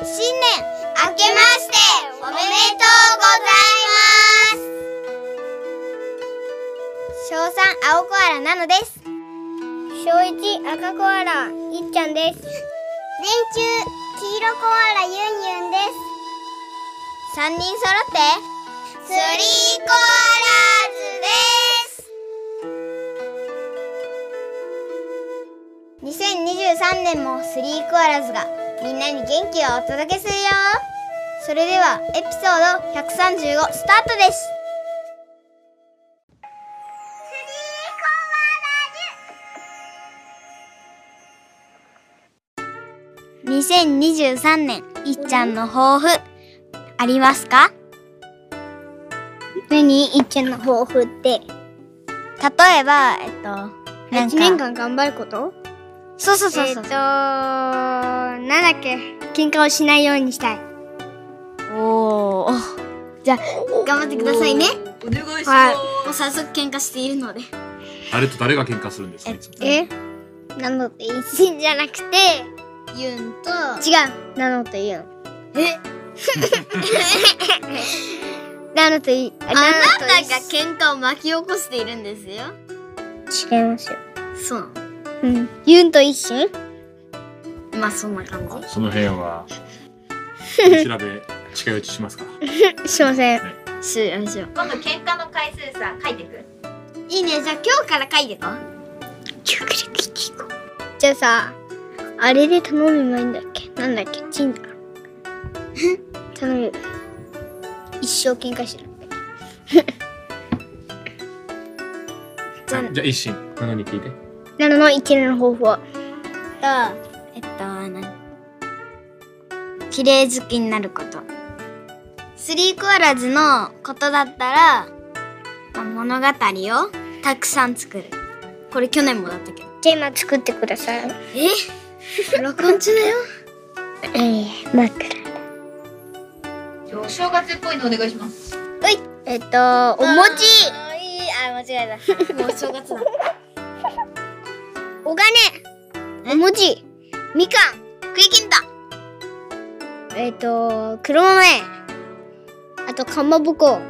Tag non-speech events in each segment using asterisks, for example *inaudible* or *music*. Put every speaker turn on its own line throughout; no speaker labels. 新年明けましておめでとうございます小三青コアラなのです小一赤コアラいっちゃんです年中黄色コアラユンユンです三人揃ってスリーコアラーズです2023年もスリーコアラズがみんなに元気をお届けするよそれではエピソード135スタートです2023年いっちゃんの抱負ありますか
何いっちゃんの抱負って
例えばえっとなんか
1年間頑張ること
そうそうそうそう、
えっとなんだっけ喧嘩をしないようにしたい
おーじゃあ
頑張ってくださいね
お願いしま
はい
す。
もう早速喧嘩しているので
誰と誰が喧嘩するんですかいつも
えなのと一心じゃなくて
ユンと
違うなのとユン *laughs*
え
なのとユンあ
あな
と
た
ユ
が喧
ン
嘩を巻き起こしているんですよ。
違いますよ
そう。
うんユンと一心
まあそんな感じ。
その辺は調べ近いうちしますか
すいません
しようしよう。
今度喧嘩の回数さ書いてく
いいね。じゃあ今日から書いてこう。
ゆっくり聞いていこうじゃあさあれで頼めばいいんだっけなんだっけチン *laughs* だ頼む一生喧嘩しろ
はいじゃあ一心なのに聞いて
なのの一連の方法は
えっと何綺麗好きになることスリーコアラズのことだったら、まあ物語をたくさん作るこれ去年もだったけど
じゃあ今作ってください
録 *laughs* 音中だよ
ええ枕
るお正月っぽいのお願いします
えっとお餅
あ間違えた
もう正月だ。
お金お餅みかん栗きんとんえっと黒豆あとかまぼこ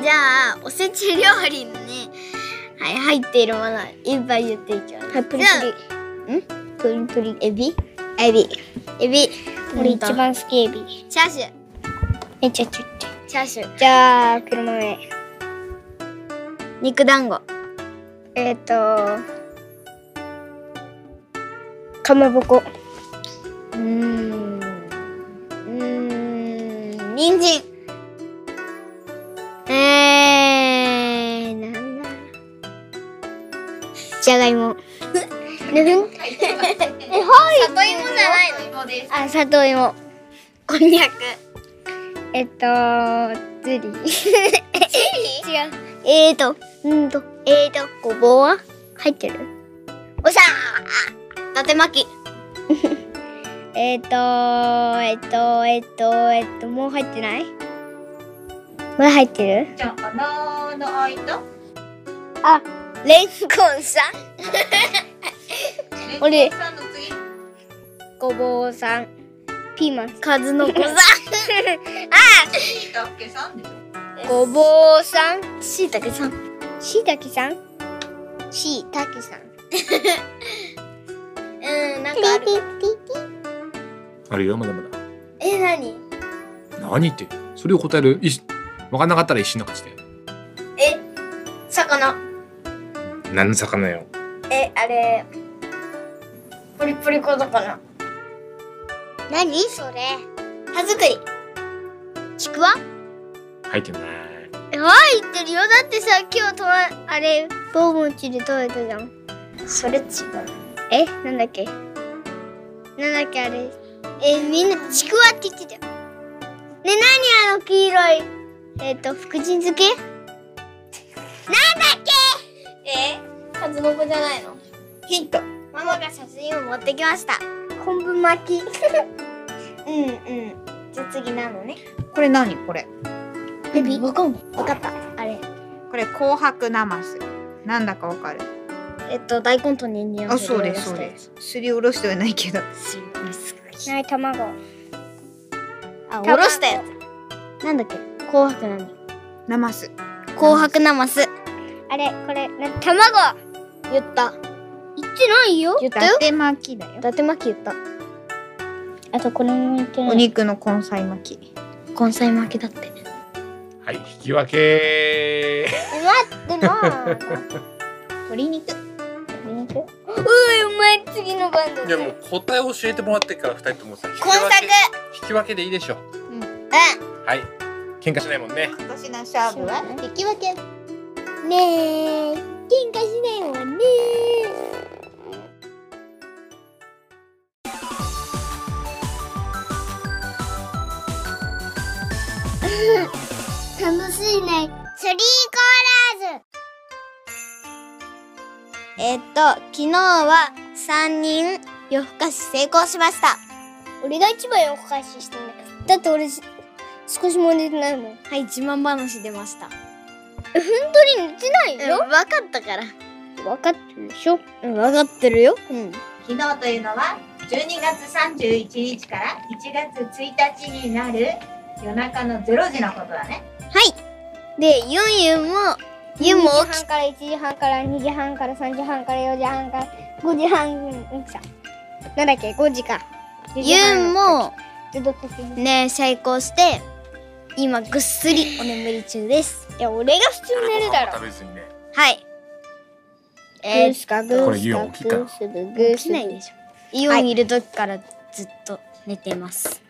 じゃあおせち料理にはい入っているものいっぱい言っていきます。
はいプリプリんプリプリエビエビ
エビ、
俺一番好きエビ
チャーシュー、
えちょちょちょ
チャーシュー、
じゃあ黒豆
肉団子
えっ、とかまぼこ
うーんうーん人参
えー、なんだじゃがいも
え
はい
里芋じゃないの芋です
あ里芋
こんにゃく。
えっとズリ違うえーとうんとえーとごぼうは入ってるおしゃ
伊達巻き。
ーえっ、とえっ、とえっ、とえっ、ともう入ってないまだ入ってる
じゃあ穴の開いた
レンコンさんあれ
レンコンさんの次
ごぼうさんピーマン
数の子
*laughs*
さん。
しいたけさんでしょ
ごぼうさん
しいたけさん。
しいたけさんしいたけさん
うん、なんかある。
ピ
あるよまだまだ
え、なに
何ってそれを答える一分かんなかったら一心の勝ち
魚。
で何の魚よ
え、あれ。ポリポリ粉だかな。
何それ
歯作り。
ちくわ
入ってない
はい言ってるよだってさ今日とまあれボウボンチで食べたじゃん
それ違う。
えなんだっけなんだっけあれえみんなちくわって言ってたよね何あの黄色いえっ、と福神漬け
え数の子じゃないの
ヒント
ママが写真を持ってきました
昆布巻き
*laughs* うんうんじゃあ次なのね
これ何これ
エビわかん
わかった
あれ
これ紅白なますなんだかわかる
えっと大根とニンジンを
あそうですそうですすりおろしてはないけど
ない卵
あ、
卵
おろしたやつ。なんだっけ紅白何
ナマス。
紅白なます。
あれこれな卵
言った。言ってないよ。言ったよ。
て巻きだよ
伊。達巻き言った。あとこれも言ってな
お
い。
肉の根菜巻き。
根菜巻きだって。
はい、引き分け。
*laughs*
でな
鶏肉。
うー、お前次の番だ。
いやもう答え教えてもらってから二人ともさ、引き分け引き分けでいいでしょ。うん。はい。喧嘩しないもんね。
今年の勝負は
引き分け。
ねえ喧嘩しないわねえ楽しいねスリーコーラーズ
えっと、昨日は3人夜更かし成功しました。
俺が一番夜更かししてんだだって俺し少しも寝てないもん本
はい、自慢話出ました。
当に寝てない
分かったから。
分かってるでしょ
うん、わかってるよ。うん。
昨日というのは12月31日から1月1日になる夜中の0時のことだね
で、ユンユンも、ユンも
1時半から1時半から2時半から3時半から4時半から5時半うんきたなんだっけ5時か
起き、ユンも
ずっと時々
ね、成功して、今ぐっすりお眠り中です。
いや俺が普通に寝るだろ
食べずにね。
はい。
え
え
ー、
ー、
すか
こ
ぐ
れ
す
ユ
か
ン起きた
ぐすぐぐ
起きない
ね
でしょ。ユンいる時からずっと寝てます。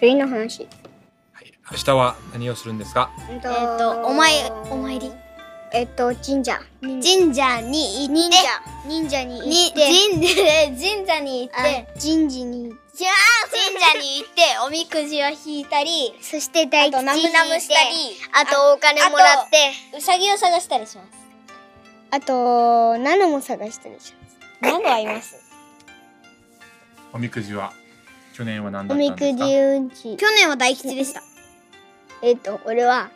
次の話
はい。明日は何をするんですか。
え
え
っ
っ、と、お前、お参り。
えっと神社
神社に行って、
忍者に
に
行って
神神社に行っ
あ
て、
神事に
じゃあ神社に行って *laughs* おみくじを引いたり、
そして大
あと
吉
ナムナムしたり
引いて、
あとお金もらって、うさぎを探したりします。
あとナノも探したりします
何はいます。
おみくじは去年は何だ
お
った
み
ん
く
です
じ
か。
うんち
去年は大吉でした。
えっ、と俺は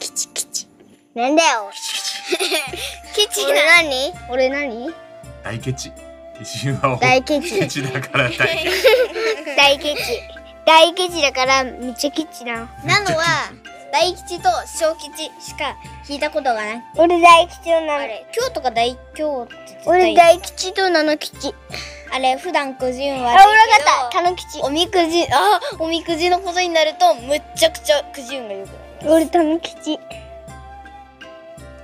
キチキチなんだよ
ケチ
俺
な。
何俺何
大ケチ。一瞬は
大ケチ
ケチだから大。
大ケチ大ケチだからめっちゃケチなの
*laughs* なのは大吉と小吉しか引いたことがない。
俺大吉とナ
あ
ノ
れ今日とか大今日って絶対
俺大吉とナノ吉
あれ普段くじ運は
あ俺わかった
た。
タノ吉
おみくじあおみくじのことになるとむっちゃくちゃくじ運が良くなる。
俺タノ吉
明日も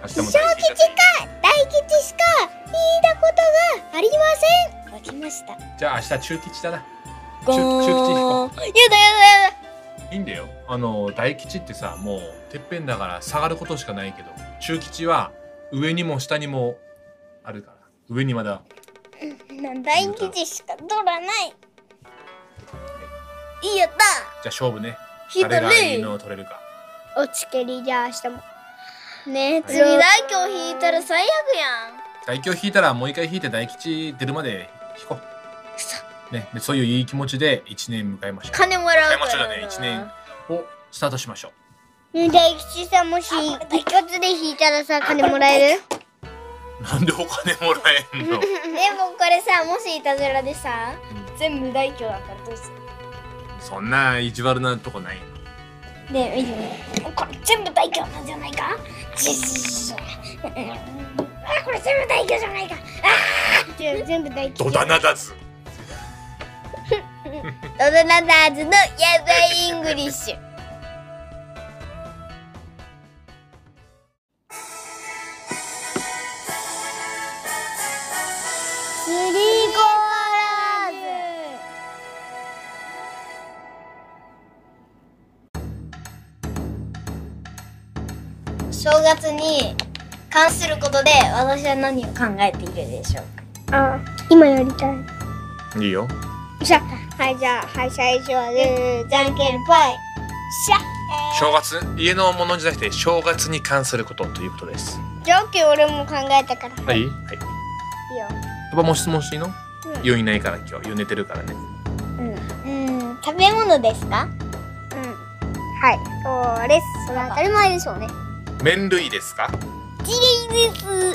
大ケチ。
大吉しか引いたことがありません
負けました。や
じゃあ明日中吉だな。
ゴー
中
ン
中吉引こ
だやだやだ。
う。いいんだよ。あの大吉ってさ、もうてっぺんだから下がることしかないけど、中吉は上にも下にもあるから。上にまだ
大吉しか取らない。いいやった。
じゃあ勝負ね。
引いた
誰がいい
ね。
のを取れるか。
おつけりじゃあ明日も
ねえ、
釣
釣
り
り
大
大根引いたら最悪やん。
大凶引いたらもう一回引いて大吉出るまで引こう。ね、でそういういい気持ちで一年迎えましょう。
金もら
迎
う
え
か
ましょう
ら
だね、一年をスタートしましょう。
ね大吉さんもし一発で引いたらさ金もらえる
*laughs* なんでお金もらえ *laughs* ん
でも
の
これさ、もしいたずらでさ、全部大根だからどうす
そんな意地悪なとこないの
るねえ、見てみてこれ全部大根なんじゃないかじじじあ、これ全部大根じゃないか
全部大吉
ドダナダズ
ドドナダーズのヤバイイングリッシュ。
スリーコー
正月に関することで私は何を考えているでしょう
ラーズあ今やりたい
いいよ
じゃあはいじゃあはい最初はグーじゃんけんぽいしゃ
正月家のものじゃなくて正月に関することということです
じゃんけん俺も考えたから
はい
いい
いはい
よ
パパも質問していいの
うん
ユンいないから今日ユン寝てるからね
うんうん
うん、食べ物ですか
はいそうですそれは当たり前でしょうね
麺類ですか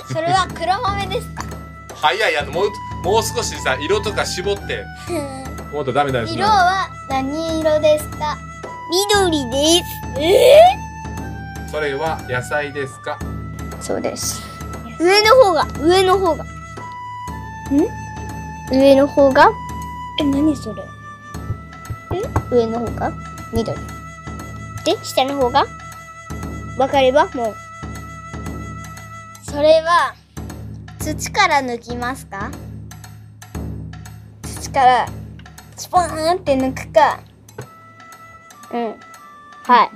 それは黒豆ですか
*laughs*
早いあのもうもう少しさ色とか絞ってもっとダメだよそん
色
なの
は何色ですか
緑です。
それは野菜ですか *laughs*
そうです。上の方が、上の方が。ん上の方がえ、何それえ上の方が緑。で、下の方がわかればもう。
それは土から抜きますか土からスポーンって抜くか
うん。はい。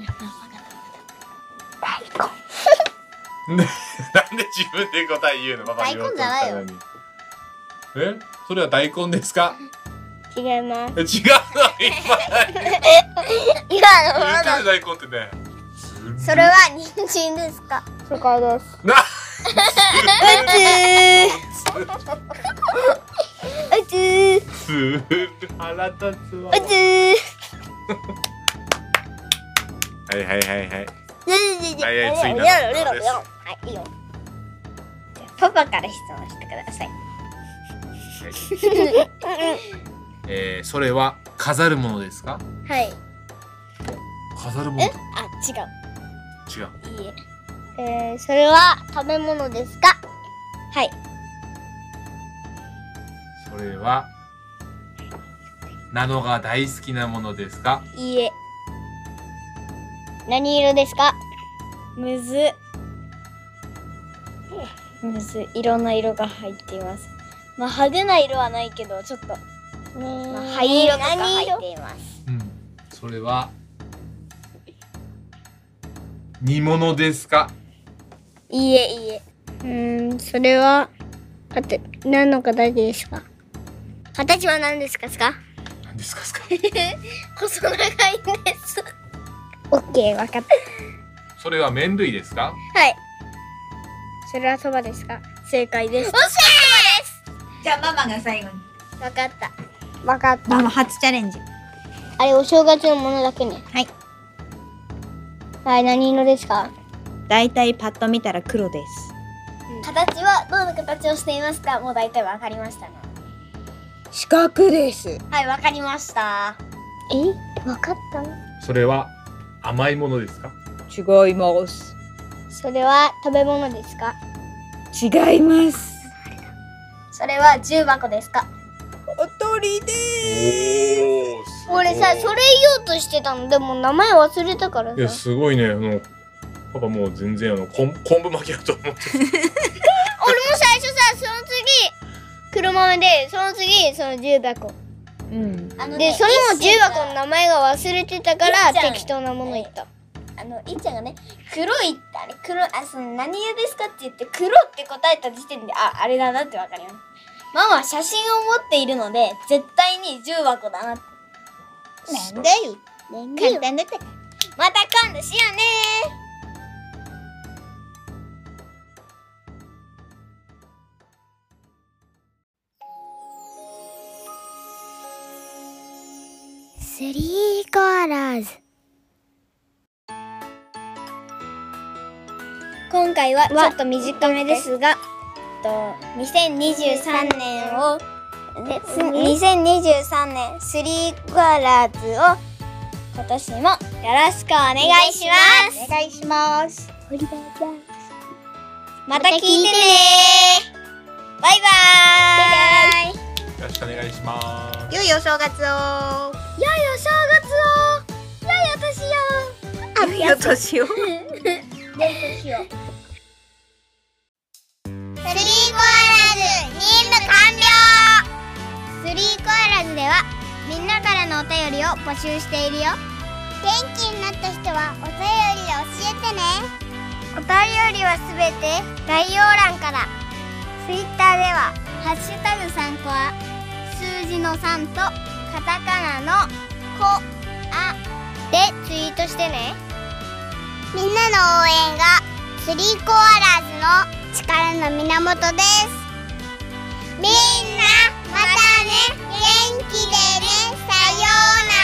ねなんで自分で答え言うのパパに言おうとしたのにえそれは大根ですか
違います。
え違うの今
い
言っ
や
てる大根ってね
それは人参ですか
正解です。
な
うつー
すー腹立つわ
うつー
はいはいはいはい
い
はいはい次の方です
はい、いいよ。じゃあパパから質問してください。
えー、それは飾るものですか
はい。
飾るもの違う
あ、違う。えー、それは食べ物ですかはい。
それはナノが大好きなものですか
いいえ。何色ですかむず。むず。いろんな色が入っています。まあ、派手な色はないけど、ちょっと、まあ、灰色とか入っています。
うんそれは煮物ですか
いいえ、いいえ。うん、それは、あと、何の形ですか形は何ですかすか
何ですかすか
細長いです。オッケー、わかった。
それは麺類ですか
はい。それはそばですか正解です。
じゃあママが最後に
わかった。わかった。
ママ初チャレンジ
あれ、お正月のものだけね。
はい。
はい、何色ですか
だいたいパッと見たら黒です
形はどの形をしていますかもう大体わかりましたね
四角です
はいわかりました
えわかった
それは甘いものですか
違います
それは食べ物ですか
違います
それは重箱ですか
おとりで
おお
俺さ、それ言おうとしてたの。でも名前忘れたから
いや
さ。
すごいねあのパパもう全然あの昆昆布巻きだと思って
俺も最初さ、その次、黒豆で、その次、その重箱。
すうん
あの
で、それも重箱の名前が忘れてたか
い
ら、
っちゃん
適当なもの言った。
あのいっちゃんがね黒いってあれ黒あその何色ですかって言って黒って答えた時点でああれだなってわかりますママは写真を持っているので絶対に重箱だなって
なん
だよ
簡
単だったまた今度しようね
スリーコアラーズ今回はちょっと短めですが
と2023年をで
うん
2023年スリーコアラーズを今年もよろしくお願いします
お願いします
また聞いてねバイバーイ
よろしくお願いします
良いお正月を良いお正月を良いお年を良いお年を
スリーコアラズ任務完了スリーコアラズではみんなからのお便りを募集しているよ元気になった人はお便りで教えてねお便りはすべて概要欄からツイッターでは「ハッシュタグ3コア」数字の3とカタカナの「コア」でツイートしてねみんなの応援がスリーコアラーズの「力の源ですみんなまたね元気でねさようなら